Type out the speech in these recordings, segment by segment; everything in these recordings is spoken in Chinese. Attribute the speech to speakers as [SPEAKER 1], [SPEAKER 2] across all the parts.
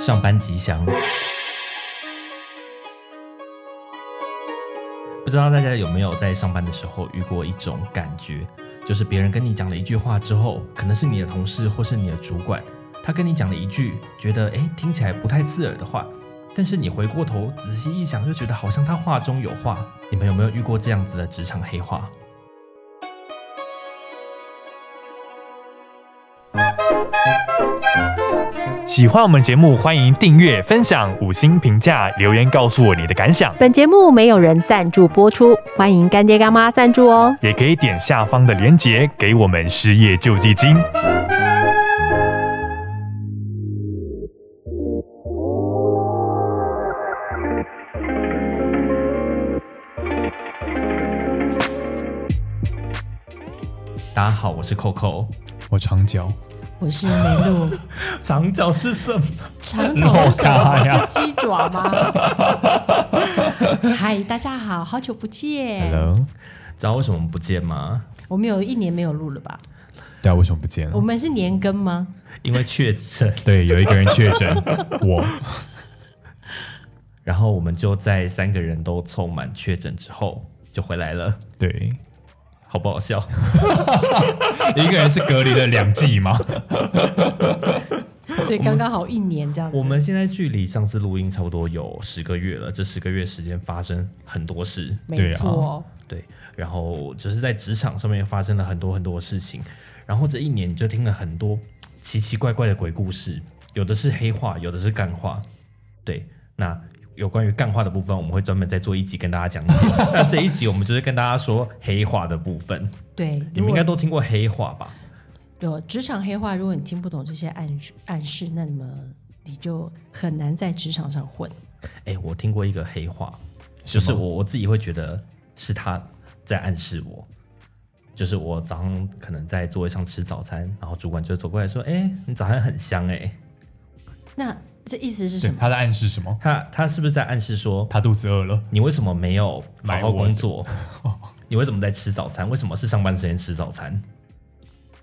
[SPEAKER 1] 上班吉祥。不知道大家有没有在上班的时候遇过一种感觉，就是别人跟你讲了一句话之后，可能是你的同事或是你的主管，他跟你讲了一句觉得诶听起来不太刺耳的话，但是你回过头仔细一想，又觉得好像他话中有话。你们有没有遇过这样子的职场黑话？
[SPEAKER 2] 喜欢我们节目，欢迎订阅、分享、五星评价、留言告诉我你的感想，
[SPEAKER 3] 本节目没有人赞助播出，欢迎干爹干妈赞助哦。
[SPEAKER 2] 也可以点下方的链接给我们失业救济金。
[SPEAKER 1] 大家好，我是 Coco。
[SPEAKER 2] 我长脚，
[SPEAKER 4] 我是梅露，
[SPEAKER 1] 长脚是什么？
[SPEAKER 4] 长脚是什
[SPEAKER 2] 老大
[SPEAKER 4] 么？
[SPEAKER 2] 呀
[SPEAKER 4] 是鸡爪 吗？嗨，大家好，好久不见。
[SPEAKER 2] Hello，
[SPEAKER 1] 知道为什么不见吗？
[SPEAKER 4] 我们有一年没有录了吧？
[SPEAKER 2] 对啊，为什么不见
[SPEAKER 4] 我？们是年更吗？
[SPEAKER 1] 因为确诊，
[SPEAKER 2] 对，有一个人确诊，我
[SPEAKER 1] 然后我们就在三个人都凑满确诊之后就回来了，
[SPEAKER 2] 对，
[SPEAKER 1] 好不好笑？
[SPEAKER 2] 一个人是隔离了两季嘛，
[SPEAKER 4] 所以刚刚好一年这样子。
[SPEAKER 1] 我们现在距离上次录音差不多有十个月了，这十个月时间发生很多事，
[SPEAKER 4] 没
[SPEAKER 2] 对啊
[SPEAKER 4] 错，
[SPEAKER 1] 对，然后就是在职场上面发生了很多很多事情，然后这一年你就听了很多奇奇怪怪的鬼故事，有的是黑话，有的是干话，对，那。有关于干话的部分，我们会专门再做一集跟大家讲解。那这一集我们就是跟大家说黑话的部分，
[SPEAKER 4] 对，
[SPEAKER 1] 啊你们
[SPEAKER 4] 如
[SPEAKER 1] 应
[SPEAKER 4] 果
[SPEAKER 1] 该都听过黑话吧？
[SPEAKER 4] 有职场黑话，如果你听不懂这些暗示暗示，那么你就很难在职场上混。
[SPEAKER 1] 哎、我听过一个黑话，就是我我自己会觉得是他在暗示我，就是我早上可能在座位上吃早餐，然后主管就走过来说：“哎、你早餐很香哎、
[SPEAKER 4] 那这意思是
[SPEAKER 2] 对
[SPEAKER 4] 什，么？
[SPEAKER 2] 他在暗示什么？
[SPEAKER 1] 他他是不是在暗示说
[SPEAKER 2] 他肚子饿了，
[SPEAKER 1] 你为什么没有好
[SPEAKER 2] 买
[SPEAKER 1] 好
[SPEAKER 2] 我
[SPEAKER 1] 工
[SPEAKER 2] 的
[SPEAKER 1] 作？你为什么在吃早餐？为什么是上班时间吃早餐？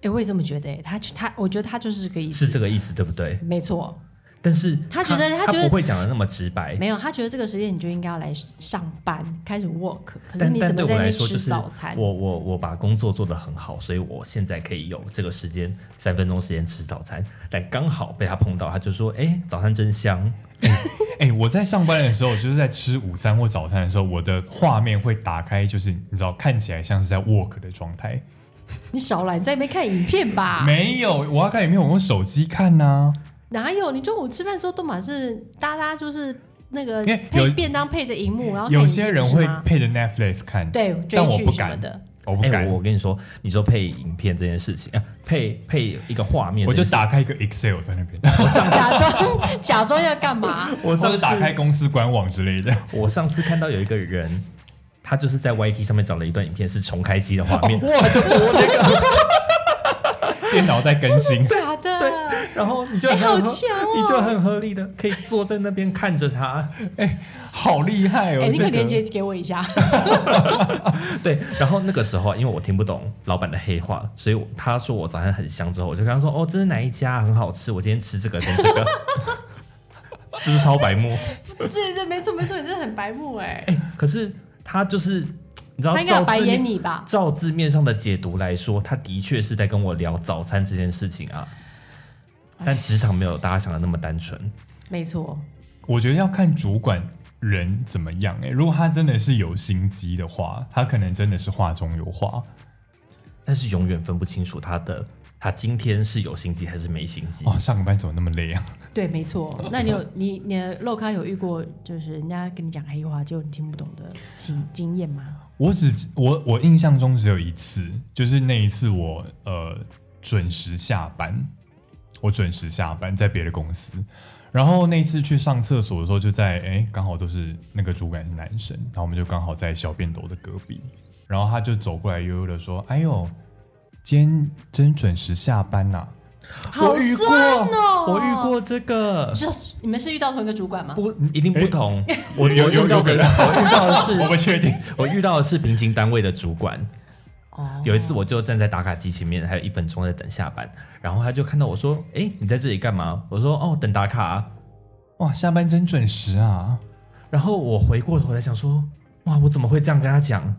[SPEAKER 4] 哎，我也这么觉得。诶他去他，我觉得他就是这个意
[SPEAKER 1] 是
[SPEAKER 4] 思。
[SPEAKER 1] 这个意思对不对？
[SPEAKER 4] 没错，
[SPEAKER 1] 但是
[SPEAKER 4] 他觉得
[SPEAKER 1] 他
[SPEAKER 4] 他觉得
[SPEAKER 1] 不会讲的那么直白。
[SPEAKER 4] 没有，他觉得这个时间你就应该要来上班，开始 work。可是
[SPEAKER 1] 但
[SPEAKER 4] 你
[SPEAKER 1] 但
[SPEAKER 4] 怎
[SPEAKER 1] 对
[SPEAKER 4] 么
[SPEAKER 1] 我
[SPEAKER 4] 在那
[SPEAKER 1] 来
[SPEAKER 4] 边
[SPEAKER 1] 说，就
[SPEAKER 4] 吃
[SPEAKER 1] 是
[SPEAKER 4] 早餐？
[SPEAKER 1] 我我我把工作做得很好，所以我现在可以有这个时间三分钟时间吃早餐。但刚好被他碰到，他就说：“哎、早餐真香。
[SPEAKER 2] 哎、我在上班的时候，就是在吃午餐或早餐的时候，我的画面会打开，就是你知道，看起来像是在 work 的状态。
[SPEAKER 4] 你少来，你在那边看影片吧？
[SPEAKER 2] 没有，我要看影片，我用手机看呐、
[SPEAKER 4] 哪有？你中午吃饭的时候都满是大家就是那个
[SPEAKER 2] 因为
[SPEAKER 4] 配
[SPEAKER 2] 有
[SPEAKER 4] 便当配着荧幕，然后看
[SPEAKER 2] 有
[SPEAKER 4] 影
[SPEAKER 2] 些
[SPEAKER 4] 片
[SPEAKER 2] 人
[SPEAKER 4] 是
[SPEAKER 2] 会
[SPEAKER 4] 吗
[SPEAKER 2] 配着 Netflix 看，
[SPEAKER 4] 对
[SPEAKER 2] 但
[SPEAKER 4] 追
[SPEAKER 2] 我
[SPEAKER 4] 剧
[SPEAKER 2] 不
[SPEAKER 4] 什么
[SPEAKER 2] 敢，
[SPEAKER 4] 的。
[SPEAKER 2] 我不
[SPEAKER 1] 哎，
[SPEAKER 2] 敢，
[SPEAKER 1] 我我跟你说，你说配影片这件事情，啊、配配一个画面，
[SPEAKER 2] 我就，打开一个 Excel 在那边，
[SPEAKER 4] 假装 假装要干嘛？
[SPEAKER 2] 我上次打开公司官网之类的，
[SPEAKER 1] 我上次看到有一个人。他就是在 YT 上面找了一段影片，是重开机的画面，
[SPEAKER 2] 电脑在更新，
[SPEAKER 4] 假的，
[SPEAKER 1] 然后你就
[SPEAKER 4] 哎
[SPEAKER 1] 很合、
[SPEAKER 4] 好强哦
[SPEAKER 1] 你就很合理的可以坐在那边看着他，
[SPEAKER 2] 哎好厉害哦！
[SPEAKER 4] 哎，那
[SPEAKER 2] 这
[SPEAKER 4] 个链接给我一下。
[SPEAKER 1] 对，然后那个时候因为我听不懂老板的黑话，所以我他说我早餐很香之后，我就跟他说：“哦，这是哪一家很好吃？我今天吃这个跟 这个，是不是超白目
[SPEAKER 4] 是，这没错没错，你真的很白目哎？”。
[SPEAKER 1] 哎，可是他就是你知道
[SPEAKER 4] 他应该
[SPEAKER 1] 照
[SPEAKER 4] 有白
[SPEAKER 1] 字
[SPEAKER 4] 眼
[SPEAKER 1] 面
[SPEAKER 4] 你吧？
[SPEAKER 1] 照字面上的解读来说，他的确是在跟我聊早餐这件事情啊。但职场没有大家想的那么单纯，
[SPEAKER 4] 没错，
[SPEAKER 2] 我觉得要看主管人怎么样、哎，如果他真的是有心机的话，他可能真的是话中有话。
[SPEAKER 1] 但是永远分不清楚他的他今天是有心机还是没心机。
[SPEAKER 2] 哦，上个班怎么那么累啊？
[SPEAKER 4] 对，没错。那你有你你的肉咖有遇过就是人家跟你讲黑话，结果你听不懂的经经验吗？
[SPEAKER 2] 我只我我印象中只有一次，就是那一次我呃准时下班，我准时下班在别的公司，然后那一次去上厕所的时候就在哎刚好都是那个主管是男生，然后我们就刚好在小便斗的隔壁，然后他就走过来悠悠的说：“哎呦，今天真准时下班呐、
[SPEAKER 4] 好酸哦！
[SPEAKER 1] 我遇过这个，
[SPEAKER 4] 是啊你们是遇到同一个主管吗？
[SPEAKER 1] 不，一定不同。我
[SPEAKER 2] 有
[SPEAKER 1] 我
[SPEAKER 2] 有
[SPEAKER 1] 遇到
[SPEAKER 2] 有
[SPEAKER 1] 的，
[SPEAKER 2] 可能
[SPEAKER 1] 我遇到的是
[SPEAKER 2] 我不确定，
[SPEAKER 1] 我遇到的是平行单位的主管。
[SPEAKER 4] 哦
[SPEAKER 1] 有一次我就站在打卡机前面，还有一分钟在等下班，然后他就看到我说：“哎、你在这里干嘛？”我说：“哦，等打卡啊、
[SPEAKER 2] 哇，下班真准时啊！
[SPEAKER 1] 然后我回过头来想说，哇，我怎么会这样跟他讲？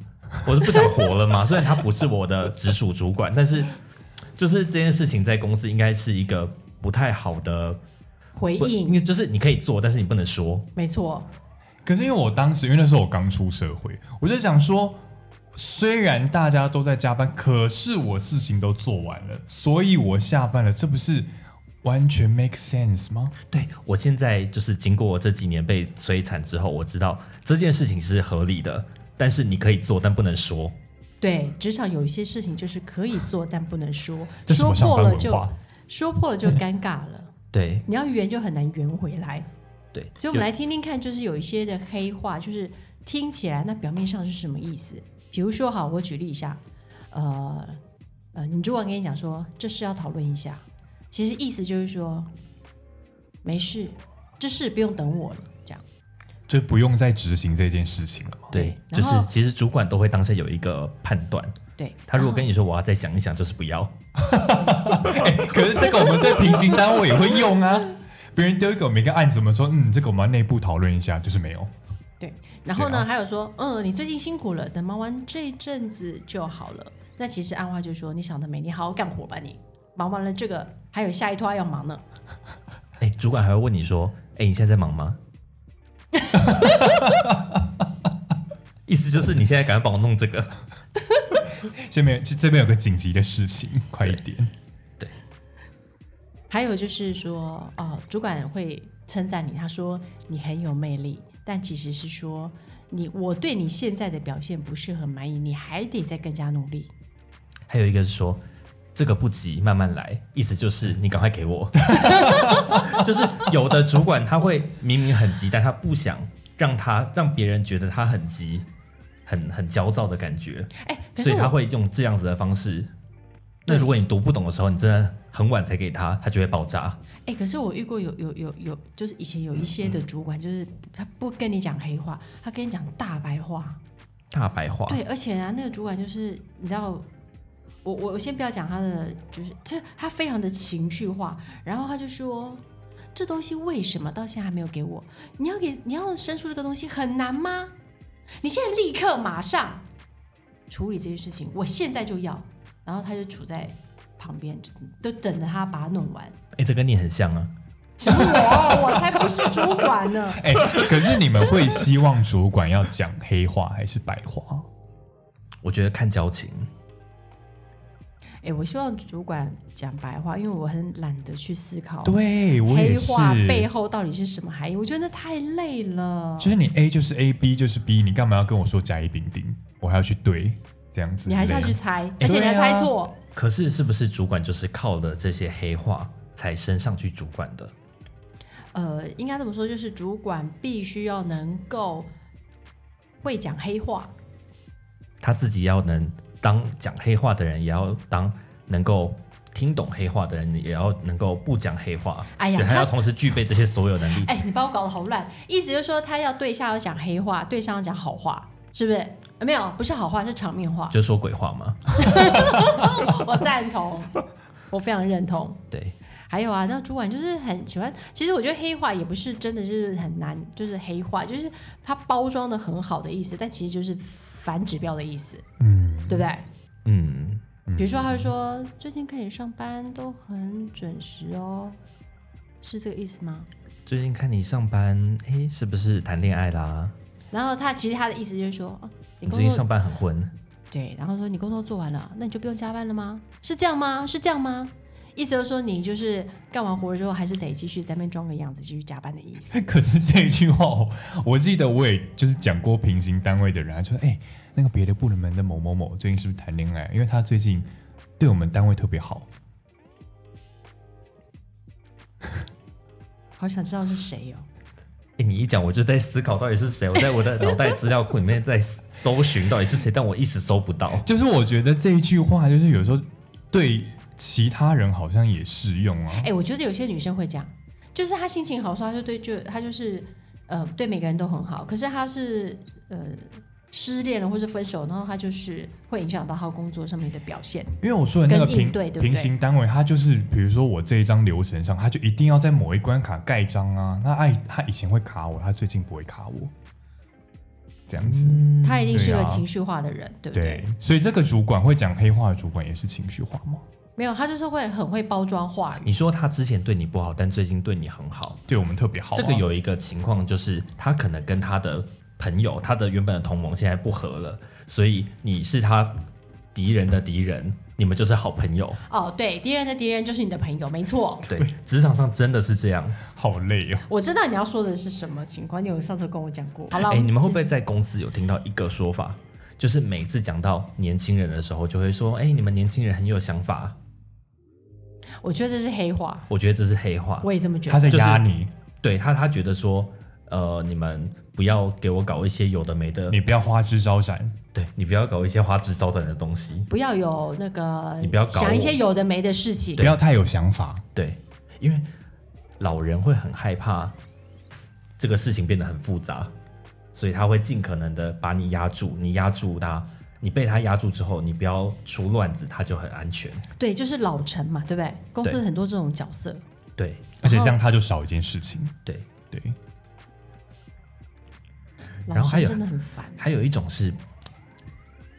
[SPEAKER 1] 我是不想活了嘛？虽然他不是我的直属主管，但是就是这件事情在公司应该是一个不太好的
[SPEAKER 4] 回
[SPEAKER 1] 不因
[SPEAKER 4] 应
[SPEAKER 1] 为就是你可以做，但是你不能说。
[SPEAKER 4] 没错，
[SPEAKER 2] 可是因为我当时，因为那时候我刚出社会，我就想说，虽然大家都在加班，可是我事情都做完了，所以我下班了，这不是完全 make sense 吗？
[SPEAKER 1] 对我现在就是经过这几年被摧残之后，我知道这件事情是合理的，但是你可以做，但不能说。
[SPEAKER 4] 对，职场有一些事情就是可以做，但不能说，
[SPEAKER 2] 这是
[SPEAKER 4] 说
[SPEAKER 2] 我上
[SPEAKER 4] 破
[SPEAKER 2] 班
[SPEAKER 4] 了
[SPEAKER 2] 文
[SPEAKER 4] 就
[SPEAKER 2] 化。
[SPEAKER 4] 说破了就尴尬了。
[SPEAKER 1] 对
[SPEAKER 4] 你要圆就很难圆回来。
[SPEAKER 1] 对，
[SPEAKER 4] 所以我
[SPEAKER 1] 有
[SPEAKER 4] 们来听听看，就是有一些的黑话，就是听起来那表面上是什么意思？比如说，好，我举例一下，呃呃，你主管跟你讲说这事要讨论一下，其实意思就是说没事，这事不用等我了，这样。
[SPEAKER 2] 就不用再执行这件事情了 嘛。
[SPEAKER 1] 对，
[SPEAKER 4] 然
[SPEAKER 1] 就是
[SPEAKER 4] 后
[SPEAKER 1] 其实主管都会当下有一个判断。
[SPEAKER 4] 对，
[SPEAKER 1] 他如果
[SPEAKER 4] 然
[SPEAKER 1] 跟你说我要再想一想，就是不要。
[SPEAKER 2] 哎可是这个我们对平行单位也会用啊。别人丢给我们一个案子，我们说嗯，这个我们要内部讨论一下，就是没有。
[SPEAKER 4] 后对，然后
[SPEAKER 2] 对啊
[SPEAKER 4] 呢，还有说，嗯，你最近辛苦了，等忙完这阵子就好了。那其实暗话就是说，你想得美，你好好干活吧你，忙完了这个，还有下一拖要忙呢。
[SPEAKER 1] 哎，主管还会问你说，哎，你现在在忙吗？ 意思就是你现在赶快帮我弄这个。
[SPEAKER 2] 下面这这边有个紧急的事情，快一点。
[SPEAKER 4] 还有就是说，哦，主管会称赞你，他说你很有魅力，但其实是说你我对你现在的表现不是很满意，你还得再更加努力。
[SPEAKER 1] 还有一个是说，这个不急，慢慢来，意思就是你赶快给我。 就是有的主管他会明明很急，但他不想让他让别人觉得他很急，很很焦躁的感觉，
[SPEAKER 4] 哎，可
[SPEAKER 1] 所
[SPEAKER 4] 是
[SPEAKER 1] 以他
[SPEAKER 4] 我
[SPEAKER 1] 会用这样子的方式。那如果你读不懂的时候，你真的很晚才给他，他就会爆炸。
[SPEAKER 4] 哎，可是我遇过有有有有，就是以前有一些
[SPEAKER 1] 嗯
[SPEAKER 4] 的主管，就是他不跟你讲黑话，他跟你讲大白话。
[SPEAKER 1] 大白话，
[SPEAKER 4] 对，而且啊，那个主管就是你知道，我我我先不要讲他的，就是就是他非常的情绪化，然后他就说。这东西为什么到现在还没有给我？你要给你要申诉这个东西很难吗？你现在立刻马上处理这件事情，我现在就要。然后他就杵在旁边，就都等着他把它弄完。
[SPEAKER 1] 哎，这跟你很像啊。
[SPEAKER 4] 什么我？我才不是主管呢！
[SPEAKER 2] 哎、可是你们会希望主管要讲黑话还是白话？
[SPEAKER 1] 我觉得看交情，
[SPEAKER 4] 哎，我希望主管讲白话，因为我很懒得去思考。
[SPEAKER 2] 对我
[SPEAKER 4] 哦黑
[SPEAKER 2] 也是。
[SPEAKER 4] 化背后到底是什么含义？我觉得那太累了。
[SPEAKER 2] 就是你 A 就是 A，B 就是 B，你干嘛要跟我说甲乙丙丁？我还要去对这样子，
[SPEAKER 4] 你还是要去
[SPEAKER 2] 累啊哎
[SPEAKER 4] 猜，而且你还猜错。
[SPEAKER 1] 可是是不是主管就是靠了这些黑话才升上去主管的？
[SPEAKER 4] 呃，应该这么说，就是主管必须要能够会讲黑话，
[SPEAKER 1] 他自己要能当讲黑话的人，也要当能够听懂黑话的人，也要能够不讲黑话。
[SPEAKER 4] 哎呀
[SPEAKER 1] 对他
[SPEAKER 4] 他
[SPEAKER 1] 要同时具备这些所有能力。
[SPEAKER 4] 哎、你把我搞得好乱。意思就是说，他要对下要讲黑话，对上要讲好话，是不是？呃没有，不是好话，是场面话。
[SPEAKER 1] 就说鬼话嘛，
[SPEAKER 4] 我赞同，我非常认同。
[SPEAKER 1] 对，
[SPEAKER 4] 还有啊，那主管就是很喜欢。其实我觉得黑化也不是真的是很难，就是黑化，就是它包装的很好的意思，但其实就是反指标的意思，
[SPEAKER 2] 嗯，
[SPEAKER 4] 对不对？
[SPEAKER 1] 嗯，
[SPEAKER 4] 比如说，他会说最近看你上班都很准时哦，是这个意思吗？
[SPEAKER 1] 最近看你上班，哎，是不是谈恋爱啦？
[SPEAKER 4] 然后他其实他的意思就是说，啊、你
[SPEAKER 1] 你最
[SPEAKER 4] 工
[SPEAKER 1] 近
[SPEAKER 4] 作
[SPEAKER 1] 上班很混，
[SPEAKER 4] 对，然后说你工作做完了，那你就不用加班了吗？是这样吗？是这样吗？意思就是说你就是干完活之后还是得继续在那边装个样子继续加班的意 思。
[SPEAKER 2] 可是这一句话，我我记得我也就是讲过平行单位的人，他就说：“
[SPEAKER 4] 嗯
[SPEAKER 2] 哎、那个别的部门的某某某最近是不是谈恋爱？因为他最近对我们单位特别好。
[SPEAKER 4] 好想知道是谁哦。
[SPEAKER 1] 哎，你一讲我就在思考到底是谁，我在我的脑袋资料库里面在搜寻到底是谁，但我一时搜不到”。
[SPEAKER 2] 就是我觉得这一句话，就是有时候对其他人好像也适用啊
[SPEAKER 4] 哎、。我觉得有些女生会这样，就是她心情好的时候，她就对就她就是呃对每个人都很好，可是她是呃失恋了或者分手，然后他就是会影响到他工作上面的表现。
[SPEAKER 2] 因为我说的那个
[SPEAKER 4] 跟应
[SPEAKER 2] 平
[SPEAKER 4] 对对不对
[SPEAKER 2] 平行单位，它就是比如说我这一张流程上，它就一定要在某一关卡盖章啊。那爱他以前会卡我，他最近不会卡我，这样子。
[SPEAKER 1] 嗯
[SPEAKER 4] 他一定是
[SPEAKER 2] 对
[SPEAKER 4] 个
[SPEAKER 2] 啊
[SPEAKER 4] 情绪化的人，对不嗯对？
[SPEAKER 2] 对，所以这个主管会讲黑话的主管也是情绪化吗？
[SPEAKER 4] 没有，他就是会很会包装话语。
[SPEAKER 1] 你说他之前对你不好，但最近对你很好，
[SPEAKER 2] 对我们特别好啊、
[SPEAKER 1] 这个有一个情况就是，他可能跟他的朋友，他的原本的同盟现在不和了，所以你是他敌人的敌人，你们就是好朋友。
[SPEAKER 4] 哦，对，敌人的敌人就是你的朋友，没错。
[SPEAKER 1] 对，职场上真的是这样。
[SPEAKER 2] 好累哦。
[SPEAKER 4] 我知道你要说的是什么情况，你有上次跟我讲过。好了，
[SPEAKER 1] 哎、
[SPEAKER 4] 我
[SPEAKER 1] 你们会不会在公司有听到一个说法，就是每次讲到年轻人的时候，就会说，哎、你们年轻人很有想法。
[SPEAKER 4] 我觉得这是黑话，
[SPEAKER 1] 我觉得这是黑话。
[SPEAKER 4] 我也这么觉
[SPEAKER 2] 他
[SPEAKER 4] 得。
[SPEAKER 2] 在
[SPEAKER 1] 就是
[SPEAKER 2] 压你，
[SPEAKER 1] 对他，他觉得说，呃，你们不要给我搞一些有的没的，
[SPEAKER 2] 你不要花枝招展。
[SPEAKER 1] 对你不要搞一些花枝招展的东西。
[SPEAKER 4] 不要有那个，
[SPEAKER 1] 你不要搞我
[SPEAKER 4] 想一些有的没的事情
[SPEAKER 2] 不。要太有想法。
[SPEAKER 1] 对，因为老人会很害怕这个事情变得很复杂，所以他会尽可能的把你压住，你压住他，你被他压住之后，你不要出乱子，他就很安全。
[SPEAKER 4] 对，就是老臣嘛，对不对？公司很多这种角色。
[SPEAKER 1] 对
[SPEAKER 2] 而且这样他就少一件事情。
[SPEAKER 1] 对，
[SPEAKER 2] 对，
[SPEAKER 1] 然
[SPEAKER 4] 老
[SPEAKER 1] 后还
[SPEAKER 4] 臣
[SPEAKER 1] 有
[SPEAKER 4] 真的很烦。
[SPEAKER 1] 还有一种是，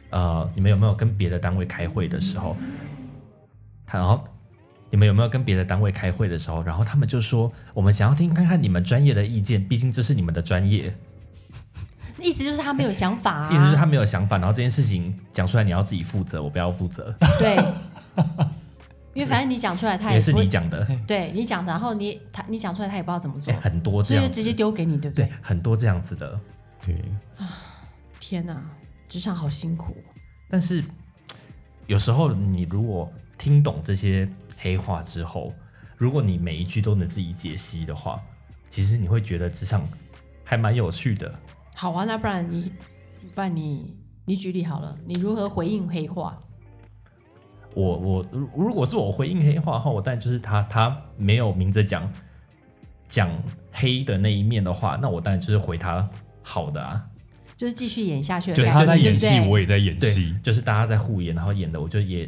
[SPEAKER 1] 呃，你们有没有跟别的单位开会的时候，他然后你们有没有跟别的单位开会的时候，然后他们就说我们想要听看看你们专业的意见，毕竟这是你们的专业。
[SPEAKER 4] 意思就是他没有想法、啊，
[SPEAKER 1] 意思就是他没有想法，然后这件事情讲出来你要自己负责，我不要负责，
[SPEAKER 4] 对，因为反正你讲出来他
[SPEAKER 1] 也
[SPEAKER 4] 也
[SPEAKER 1] 是
[SPEAKER 4] 不会
[SPEAKER 1] 你，讲的，
[SPEAKER 4] 对你讲，然后你他你讲出来他也不知道怎么做
[SPEAKER 1] 哎，，很多这
[SPEAKER 4] 所以就
[SPEAKER 1] 样，
[SPEAKER 4] 直接丢给你，对不
[SPEAKER 1] 对
[SPEAKER 4] 对？，
[SPEAKER 1] 很多这样子的。
[SPEAKER 2] 对，
[SPEAKER 4] 天哪、职场好辛苦。
[SPEAKER 1] 但是有时候你如果听懂这些黑话之后，如果你每一句都能自己解析的话，其实你会觉得职场还蛮有趣的。
[SPEAKER 4] 好啊，那不然你，不然你，你举例好了，你如何回应黑化？
[SPEAKER 1] 我我如如果是我回应黑话的话，我当然就是他他没有明着讲讲黑的那一面的话，那我当然就是回他好的啊。
[SPEAKER 4] 就是继续演下去的
[SPEAKER 1] 对
[SPEAKER 4] 感
[SPEAKER 2] 他
[SPEAKER 4] 觉，
[SPEAKER 2] 在演戏，
[SPEAKER 4] 对不
[SPEAKER 2] 我
[SPEAKER 4] 对？
[SPEAKER 2] 也在演
[SPEAKER 1] 对
[SPEAKER 2] 戏，。
[SPEAKER 1] 就是大家在互演，然后演的我就也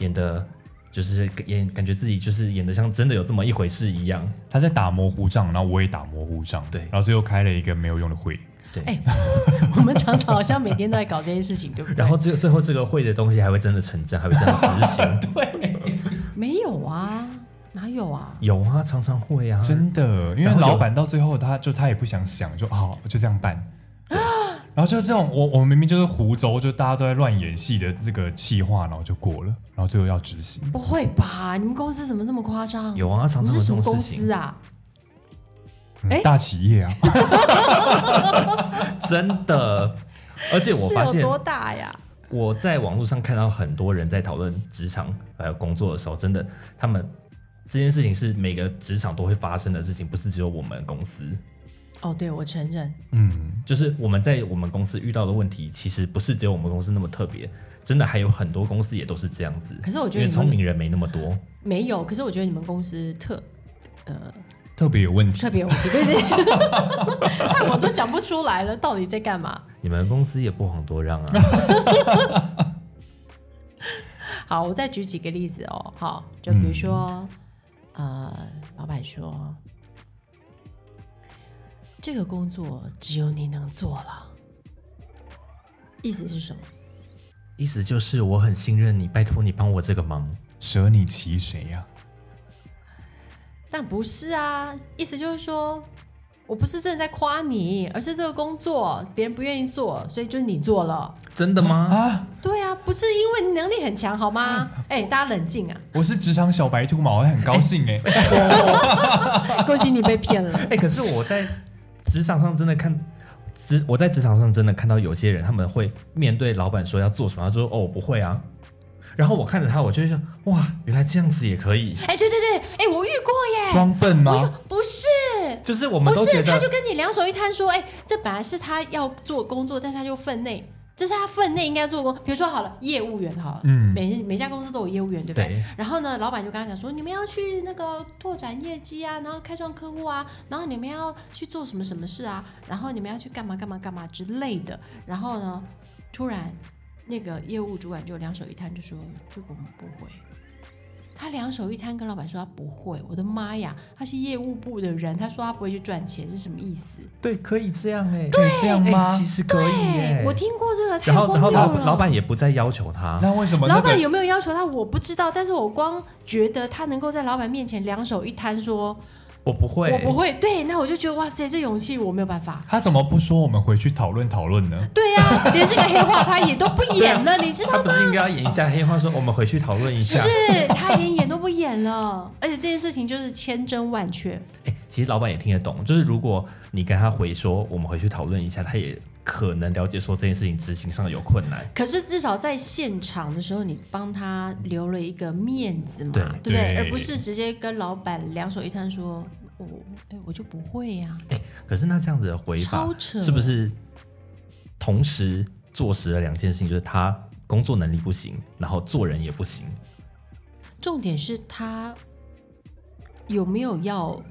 [SPEAKER 1] 演的，就是演感觉自己就是演的像真的有这么一回事一样。
[SPEAKER 2] 他在打模糊仗，然后我也打模糊仗。
[SPEAKER 1] 对
[SPEAKER 2] 然后最后开了一个没有用的会。
[SPEAKER 1] 对，
[SPEAKER 4] 哎 我们常常好像每天都在搞这些事情，对不对？
[SPEAKER 1] 然后最最后这个会的东西还会真的成真，还会真的执 行。
[SPEAKER 4] 没有啊，哪有啊？
[SPEAKER 1] 有啊，常常会啊。
[SPEAKER 2] 真的，因为
[SPEAKER 1] 然后有
[SPEAKER 2] 老板到最后，他就他也不想想，就好、就这样办。 然后就这种，我我明明就是胡诌，就大家都在乱演戏的这个气话，然后就过了，然后最后要执行。
[SPEAKER 4] 不会吧？你们公司怎么这么夸张？
[SPEAKER 1] 有啊，常
[SPEAKER 4] 你
[SPEAKER 1] 常有
[SPEAKER 4] 们是
[SPEAKER 1] 这
[SPEAKER 4] 什么
[SPEAKER 1] 种
[SPEAKER 4] 公
[SPEAKER 1] 事情
[SPEAKER 4] 司，啊？
[SPEAKER 2] 嗯
[SPEAKER 4] 哎
[SPEAKER 2] 大企业啊，
[SPEAKER 1] 真的。而且我
[SPEAKER 4] 是
[SPEAKER 1] 发
[SPEAKER 4] 有
[SPEAKER 1] 现，
[SPEAKER 4] 多大呀？
[SPEAKER 1] 我在网络上看到很多人在讨论职场还有工作的时候，真的，他们这件事情是每个职场都会发生的事情，不是只有我们公司。
[SPEAKER 4] 哦，对，我承认，
[SPEAKER 2] 嗯，
[SPEAKER 1] 就是我们在我们公司遇到的问题，其实不是只有我们公司那么特别，真的还有很多公司也都是这样子。
[SPEAKER 4] 可是我
[SPEAKER 1] 因
[SPEAKER 4] 觉得
[SPEAKER 1] 为
[SPEAKER 4] 你
[SPEAKER 1] 聪
[SPEAKER 4] 们
[SPEAKER 1] 明人没那么多，
[SPEAKER 4] 没有，可是我觉得你们公司特
[SPEAKER 2] 特别有问题
[SPEAKER 4] 特。别有 问题，对对对， 害我都讲不出来了，到底在干嘛？
[SPEAKER 1] 你们公司也不遑多让啊。
[SPEAKER 4] 好，我再举几个例子哦。好，就比如说，
[SPEAKER 1] 嗯
[SPEAKER 4] 呃，老板说，这个工作只有你能做了，意思是什么？
[SPEAKER 1] 意思就是我很信任你，拜托你帮我这个忙。
[SPEAKER 2] 舍你其谁啊呀、
[SPEAKER 4] 但不是啊，意思就是说，我不是真的在夸你，而是这个工作别人不愿意做，所以就是你做了。
[SPEAKER 1] 真的吗？
[SPEAKER 2] 啊，
[SPEAKER 4] 对啊，不是因为你能力很强好吗？哎、大家冷静啊！
[SPEAKER 2] 我是职场小白兔嘛，我很高兴 哎、
[SPEAKER 4] 恭喜你被骗了。
[SPEAKER 1] 哎、可是我在职场上真的看，职我在职场上真的看到有些人，他们会面对老板说要做什么，他说哦我不会啊，然后我看着他，我就会想哇，原来这样子也可以，
[SPEAKER 4] 哎、对对对，哎、我遇过耶。
[SPEAKER 2] 装笨吗？
[SPEAKER 4] 不是，
[SPEAKER 1] 就是我们
[SPEAKER 4] 不
[SPEAKER 1] 都觉
[SPEAKER 4] 是，
[SPEAKER 1] 得
[SPEAKER 4] 他就跟你两手一摊说：“哎、这本来是他要做工作，但是他就分内。”这是他分内应该做的工。比如说好了，业务员好了，
[SPEAKER 2] 嗯
[SPEAKER 4] 每每家公司都有业务员，对不对？
[SPEAKER 1] 对，
[SPEAKER 4] 然后呢，老板就跟他讲说，你们要去那个拓展业绩啊，然后开创客户啊，然后你们要去做什么什么事啊，然后你们要去干嘛干嘛干嘛之类的。然后呢，突然那个业务主管就两手一摊，就说这个我们不会。他两手一摊跟老板说他啊不会，我的妈呀，他是业务部的人，他说他不会去赚钱是什么意思？
[SPEAKER 1] 对，可以这样哎、
[SPEAKER 2] 可以这样吗
[SPEAKER 1] 哎？其实可以耶、
[SPEAKER 4] 哎，我听过这个太
[SPEAKER 1] 然后，
[SPEAKER 4] 荒
[SPEAKER 1] 然后
[SPEAKER 4] 谬了。
[SPEAKER 1] 老老板也不再要求他，
[SPEAKER 2] 那为什么那
[SPEAKER 4] 老板
[SPEAKER 2] 个
[SPEAKER 4] 有没有要求他，我不知道。但是我光觉得他能够在老板面前两手一摊说
[SPEAKER 1] 我不会，
[SPEAKER 4] 我不会，对，那我就觉得哇塞，这勇气我没有办法。
[SPEAKER 2] 他怎么不说我们回去讨论讨论呢？
[SPEAKER 4] 对呀、 连这个黑话他也都不演了，你知道
[SPEAKER 1] 他不
[SPEAKER 4] 吗？
[SPEAKER 1] 是应该要演一下黑话说，我们回去讨论一下。
[SPEAKER 4] 是他连演都不演了，而且这件事情就是千真万确。
[SPEAKER 1] 哎、其实老板也听得懂，就是如果你跟他回说，我们回去讨论一下，他也可能了解说这件事情执行上有困难。
[SPEAKER 4] 可是至少在现场的时候，你帮他留了一个面子嘛，
[SPEAKER 1] 对
[SPEAKER 4] 不对？
[SPEAKER 2] 对
[SPEAKER 4] 而不是直接跟老板两手一摊说，我哎我就不会呀、
[SPEAKER 1] 哎可是那这样子的回法
[SPEAKER 4] 超扯
[SPEAKER 1] 是不是同时坐实了两件事情，就是他工作能力不行，然后做人也不行？
[SPEAKER 4] 重点是他有没有要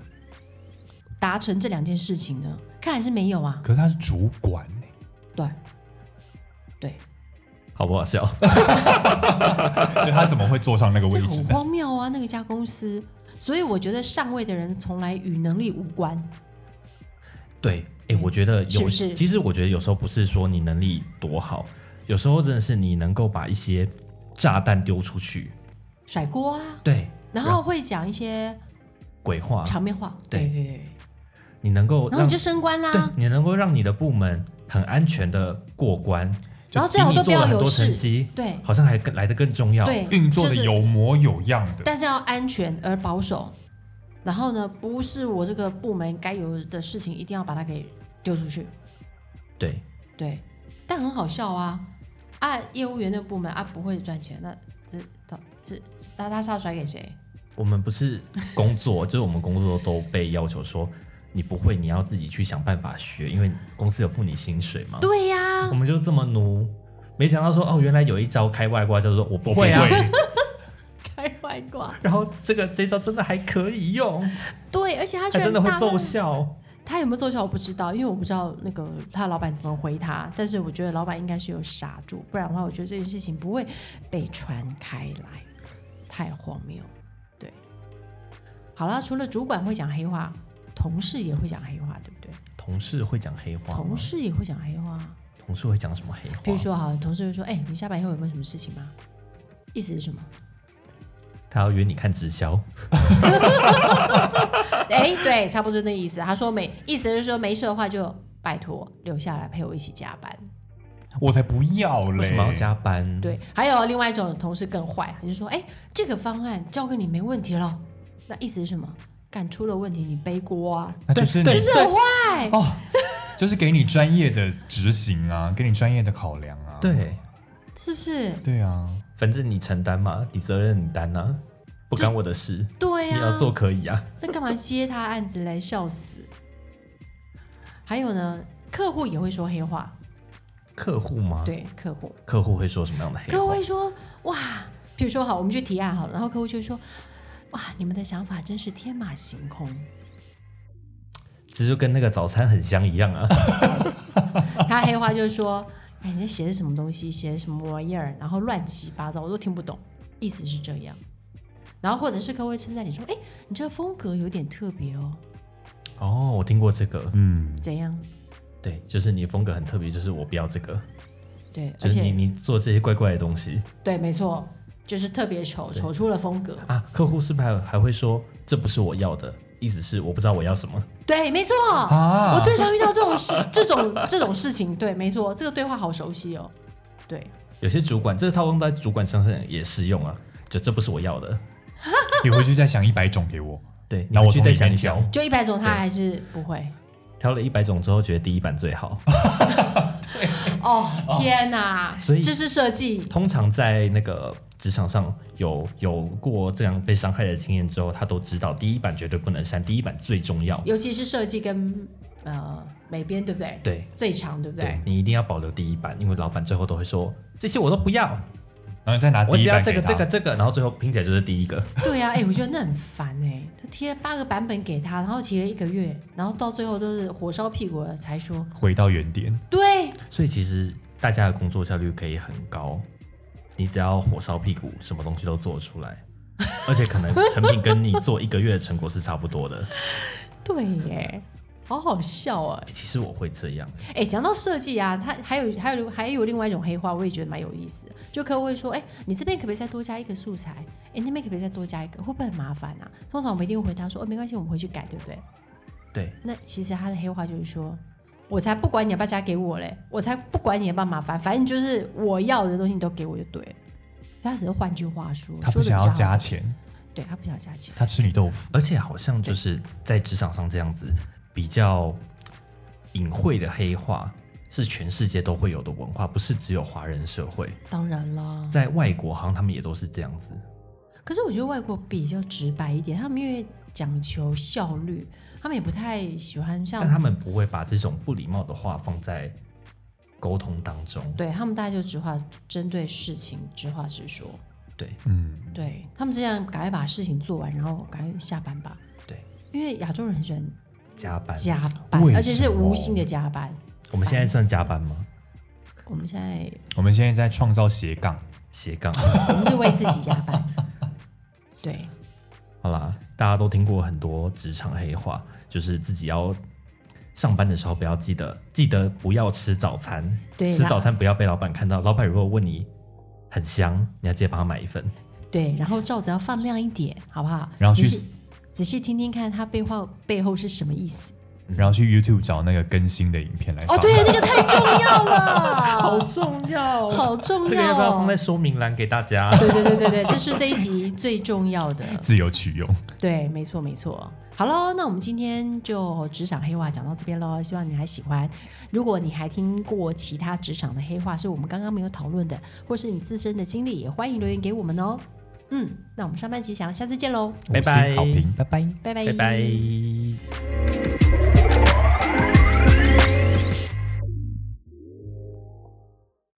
[SPEAKER 4] 达成这两件事情呢？看来是没有啊。
[SPEAKER 2] 可是他是主管欸呢、
[SPEAKER 4] 对，对，
[SPEAKER 1] 好不好笑？
[SPEAKER 2] 对他怎么会坐上那个
[SPEAKER 4] 这
[SPEAKER 2] 位置
[SPEAKER 4] 很
[SPEAKER 2] 呢？
[SPEAKER 4] 荒谬啊！那个家公司，所以我觉得上位的人从来与能力无关。
[SPEAKER 1] 对，哎、我觉得有，
[SPEAKER 4] 是不是
[SPEAKER 1] 其实我觉得有时候不是说你能力多好，有时候真的是你能够把一些炸弹丢出去，
[SPEAKER 4] 甩锅啊，
[SPEAKER 1] 对，
[SPEAKER 4] 然后会讲一些
[SPEAKER 1] 鬼话，
[SPEAKER 4] 场面话，
[SPEAKER 1] 啊对
[SPEAKER 4] 对对，
[SPEAKER 1] 你能够
[SPEAKER 4] 然后
[SPEAKER 1] 让
[SPEAKER 4] 你就升官
[SPEAKER 1] 对
[SPEAKER 4] 啦，
[SPEAKER 1] 你能够让你的部门很安全的过关，
[SPEAKER 4] 然
[SPEAKER 1] 就
[SPEAKER 4] 后哦最好
[SPEAKER 1] 比你
[SPEAKER 4] 都不
[SPEAKER 1] 做了
[SPEAKER 4] 要
[SPEAKER 1] 很
[SPEAKER 4] 有
[SPEAKER 1] 多成
[SPEAKER 4] 事，
[SPEAKER 1] 绩，
[SPEAKER 4] 对
[SPEAKER 1] 好像还更来的更重要，
[SPEAKER 4] 对，
[SPEAKER 2] 运作的
[SPEAKER 4] 欸就是
[SPEAKER 2] 有模有样的，
[SPEAKER 4] 但是要安全而保守。然后呢，不是我这个部门该有的事情，一定要把它给丢出去。
[SPEAKER 1] 对
[SPEAKER 4] 对，但很好笑啊！啊，业务员的部门啊不会赚钱，那这到是是那他是要甩给谁？
[SPEAKER 1] 我们不是工作， 就是我们工作都被要求说你不会，你要自己去想办法学，因为公司有付你薪水嘛，
[SPEAKER 4] 对呀、
[SPEAKER 1] 啊我们就这么奴。没想到说哦，原来有一招开外挂，就是说我不
[SPEAKER 2] 我不会
[SPEAKER 1] 会啊，
[SPEAKER 4] 开外挂。
[SPEAKER 1] 然后这个这招真的还可以用，
[SPEAKER 4] 对，而且他居
[SPEAKER 1] 还
[SPEAKER 4] 然
[SPEAKER 1] 真的会
[SPEAKER 4] 大
[SPEAKER 1] 奏
[SPEAKER 4] 大
[SPEAKER 1] 效。
[SPEAKER 4] 他有没有奏效我不知道，因为我不知道那个他老板怎么回他。但是我觉得老板应该是有傻住，不然的话，我觉得这件事情不会被传开来，太荒谬。对，好了，除了主管会讲黑话，同事也会讲黑话，对不对？
[SPEAKER 1] 同事会讲黑话吗，
[SPEAKER 4] 同事也会讲黑话。
[SPEAKER 1] 同事会讲什么黑话？
[SPEAKER 4] 譬如说，好，同事会说：“哎、你下班以后有没有什么事情吗？” 意思是什么？
[SPEAKER 1] 他要约你看直销，
[SPEAKER 4] 哎、对，差不多就那意思。他说没，意思是说没事的话就拜托留下来陪我一起加班。
[SPEAKER 2] 我才不要嘞！
[SPEAKER 1] 为什么要加班？，
[SPEAKER 4] 对，还有另外一种同事更坏，他就说：“哎、这个方案交给你没问题了。”那意思是什么？敢出了问题你背锅啊？
[SPEAKER 2] 那就是你
[SPEAKER 4] 是不是很坏？
[SPEAKER 2] 哦，就是给你专业的执行啊，给你专业的考量啊。
[SPEAKER 1] 对，
[SPEAKER 4] 是不是？
[SPEAKER 2] 对啊，
[SPEAKER 1] 反正你承担嘛，你责任你担呐、不干我的事。
[SPEAKER 4] 对呀、
[SPEAKER 1] 你要做可以啊，
[SPEAKER 4] 那干嘛接他案子嘞？笑死！还有呢，客户也会说黑话，
[SPEAKER 1] 客户吗？，
[SPEAKER 4] 对客户。
[SPEAKER 1] 客户会说什么样的黑
[SPEAKER 4] 客户
[SPEAKER 1] 话？
[SPEAKER 4] 会说：“哇，比如说好，我们去提案好了，然后客户就会说：‘哇，你们的想法真是天马行空。
[SPEAKER 1] 其实就跟那个早餐很香一样 啊。’
[SPEAKER 4] 他黑话就是说：‘哎，你在写的什么东西？写的什么玩意儿？然后乱七八糟，我都听不懂。’意思是这样。然后或者是客户会称赞你说：‘哎，你这风格有点特别哦，
[SPEAKER 1] 哦，我听过这个，
[SPEAKER 2] 嗯，
[SPEAKER 4] 怎样
[SPEAKER 1] 对，就是你的风格很特别，就是我不要这个，？’
[SPEAKER 4] 对，而
[SPEAKER 1] 就是你
[SPEAKER 4] 且
[SPEAKER 1] 你做这些怪怪的东西
[SPEAKER 4] 对，没错，就是特别丑，丑出了风格。
[SPEAKER 1] 啊。客户是不是还还会说这不是我要的？意思是我不知道我要什么。
[SPEAKER 4] 对，没错。
[SPEAKER 2] 啊
[SPEAKER 4] 我最常遇到这种事、这种、这种事情。对，没错，这个对话好熟悉哦。对，
[SPEAKER 1] 有些主管这个套用在主管身上也适用啊，就这不是我要的。
[SPEAKER 2] 你回去再想一百种给我，
[SPEAKER 1] 对，
[SPEAKER 2] 那我
[SPEAKER 1] 回去
[SPEAKER 2] 从
[SPEAKER 1] 再
[SPEAKER 2] 里
[SPEAKER 1] 想
[SPEAKER 2] 面
[SPEAKER 1] 一
[SPEAKER 2] 挑
[SPEAKER 1] 想。。
[SPEAKER 4] 就一百种，他
[SPEAKER 1] 对
[SPEAKER 4] 还是不 会。
[SPEAKER 1] 挑了一百种之后，觉得第一版最好。
[SPEAKER 4] 哦，天哪！
[SPEAKER 1] 所以
[SPEAKER 4] 这是设计，
[SPEAKER 1] 通常在那个职场上有有过这样被伤害的经验之后，他都知道第一版绝对不能删，第一版最重要。
[SPEAKER 4] 尤其是设计跟呃美编，对不对？
[SPEAKER 1] 对，
[SPEAKER 4] 最长，对不对
[SPEAKER 1] 对？你一定要保留第一版，因为老板最后都会说这些我都不要，
[SPEAKER 2] 然后你再拿
[SPEAKER 1] 我只
[SPEAKER 2] 第一
[SPEAKER 1] 要
[SPEAKER 2] 版
[SPEAKER 1] 这个
[SPEAKER 2] 给他
[SPEAKER 1] 这个这个，然后最后拼起来就是第一个。
[SPEAKER 4] 对呀、啊，哎、我觉得那很烦哎、他贴了八个版本给他，然后提了一个月，然后到最后都是火烧屁股了才说，
[SPEAKER 2] 回到原点。
[SPEAKER 4] 对
[SPEAKER 1] 所以其实大家的工作效率可以很高，你只要火烧屁股，什么东西都做出来， 而且可能成品跟你做一个月的成果是差不多的。
[SPEAKER 4] 对耶，好好笑啊！
[SPEAKER 1] 欸其实我会这样，
[SPEAKER 4] 哎、讲到设计啊，它还有还有还有另外一种黑话，我也觉得蛮有意思的。就客户会说，哎、你这边可不可以再多加一个素材？哎、那边可不可以再多加一个？会不会很麻烦啊？通常我们一定会回答说，哦，没关系，我们回去改，对不对？
[SPEAKER 1] 对，
[SPEAKER 4] 那其实他的黑话就是说，我才不管你要不要加给我嘞，我才不管你要不要麻烦，反正就是我要的东西你都给我就对了。他只是换句话说，
[SPEAKER 2] 他不
[SPEAKER 4] 说得
[SPEAKER 2] 想
[SPEAKER 4] 比
[SPEAKER 2] 要
[SPEAKER 4] 较好
[SPEAKER 2] 加，钱，
[SPEAKER 4] 对他不想要加钱，
[SPEAKER 2] 他吃你豆腐。
[SPEAKER 1] 而且好像就是在职场上这样子比较隐晦的黑话，是全世界都会有的文化，不是只有华人社会，
[SPEAKER 4] 当然啦。
[SPEAKER 1] 在外国好像他们也都是这样子。
[SPEAKER 4] 可是我觉得外国比较直白一点，他们因为讲求效率，他们也不太喜欢像
[SPEAKER 1] 但他们不会把这种不礼貌的话放在沟通当中。
[SPEAKER 4] 对他们大家就直话针对事情直话直说，
[SPEAKER 1] 对
[SPEAKER 2] 嗯，
[SPEAKER 4] 对他们这样赶快把事情做完，然后赶快下班吧。
[SPEAKER 1] 对，
[SPEAKER 4] 因为亚洲人很喜欢
[SPEAKER 1] 加班，
[SPEAKER 4] 加班
[SPEAKER 2] 为，
[SPEAKER 4] 而且是
[SPEAKER 2] 什么
[SPEAKER 4] 无心的加班。
[SPEAKER 1] 我们现在算加班吗？
[SPEAKER 4] 我们现在
[SPEAKER 2] 我们现在在创造斜杠，
[SPEAKER 1] 斜 杠。
[SPEAKER 4] 我们是为自己加 班，对，
[SPEAKER 1] 好啦，大家都听过很多职场黑话，就是自己要上班的时候不要记得记得不要吃早餐，
[SPEAKER 4] 对
[SPEAKER 1] 吃
[SPEAKER 4] 啦
[SPEAKER 1] 早餐不要被老板看到。老板如果问你很香，你要记得帮他买一份。
[SPEAKER 4] 对，然后罩子要放亮一点，好不好？
[SPEAKER 2] 然后
[SPEAKER 4] 仔
[SPEAKER 2] 去
[SPEAKER 4] 细仔细听听看他背后背后是什么意思。
[SPEAKER 2] 然后去 YouTube 找那个更新的影片来放。
[SPEAKER 4] 哦，对，那个太重要 了，
[SPEAKER 1] 重要
[SPEAKER 4] 好重要、哦。
[SPEAKER 1] 这个要不要放在说明栏给大家？
[SPEAKER 4] 对对对对对，这是这一集最重要的。
[SPEAKER 2] 自由取用。
[SPEAKER 4] 对，没错没错。好喽，那我们今天就职场黑话讲到这边喽，希望你还喜欢。如果你还听过其他职场的黑话，是我们刚刚没有讨论的，或是你自身的经历，也欢迎留言给我们哦。嗯，那我们上半集想，下次见喽，
[SPEAKER 1] 拜拜
[SPEAKER 2] 五星好评，拜拜。
[SPEAKER 4] 拜拜，
[SPEAKER 1] 拜拜。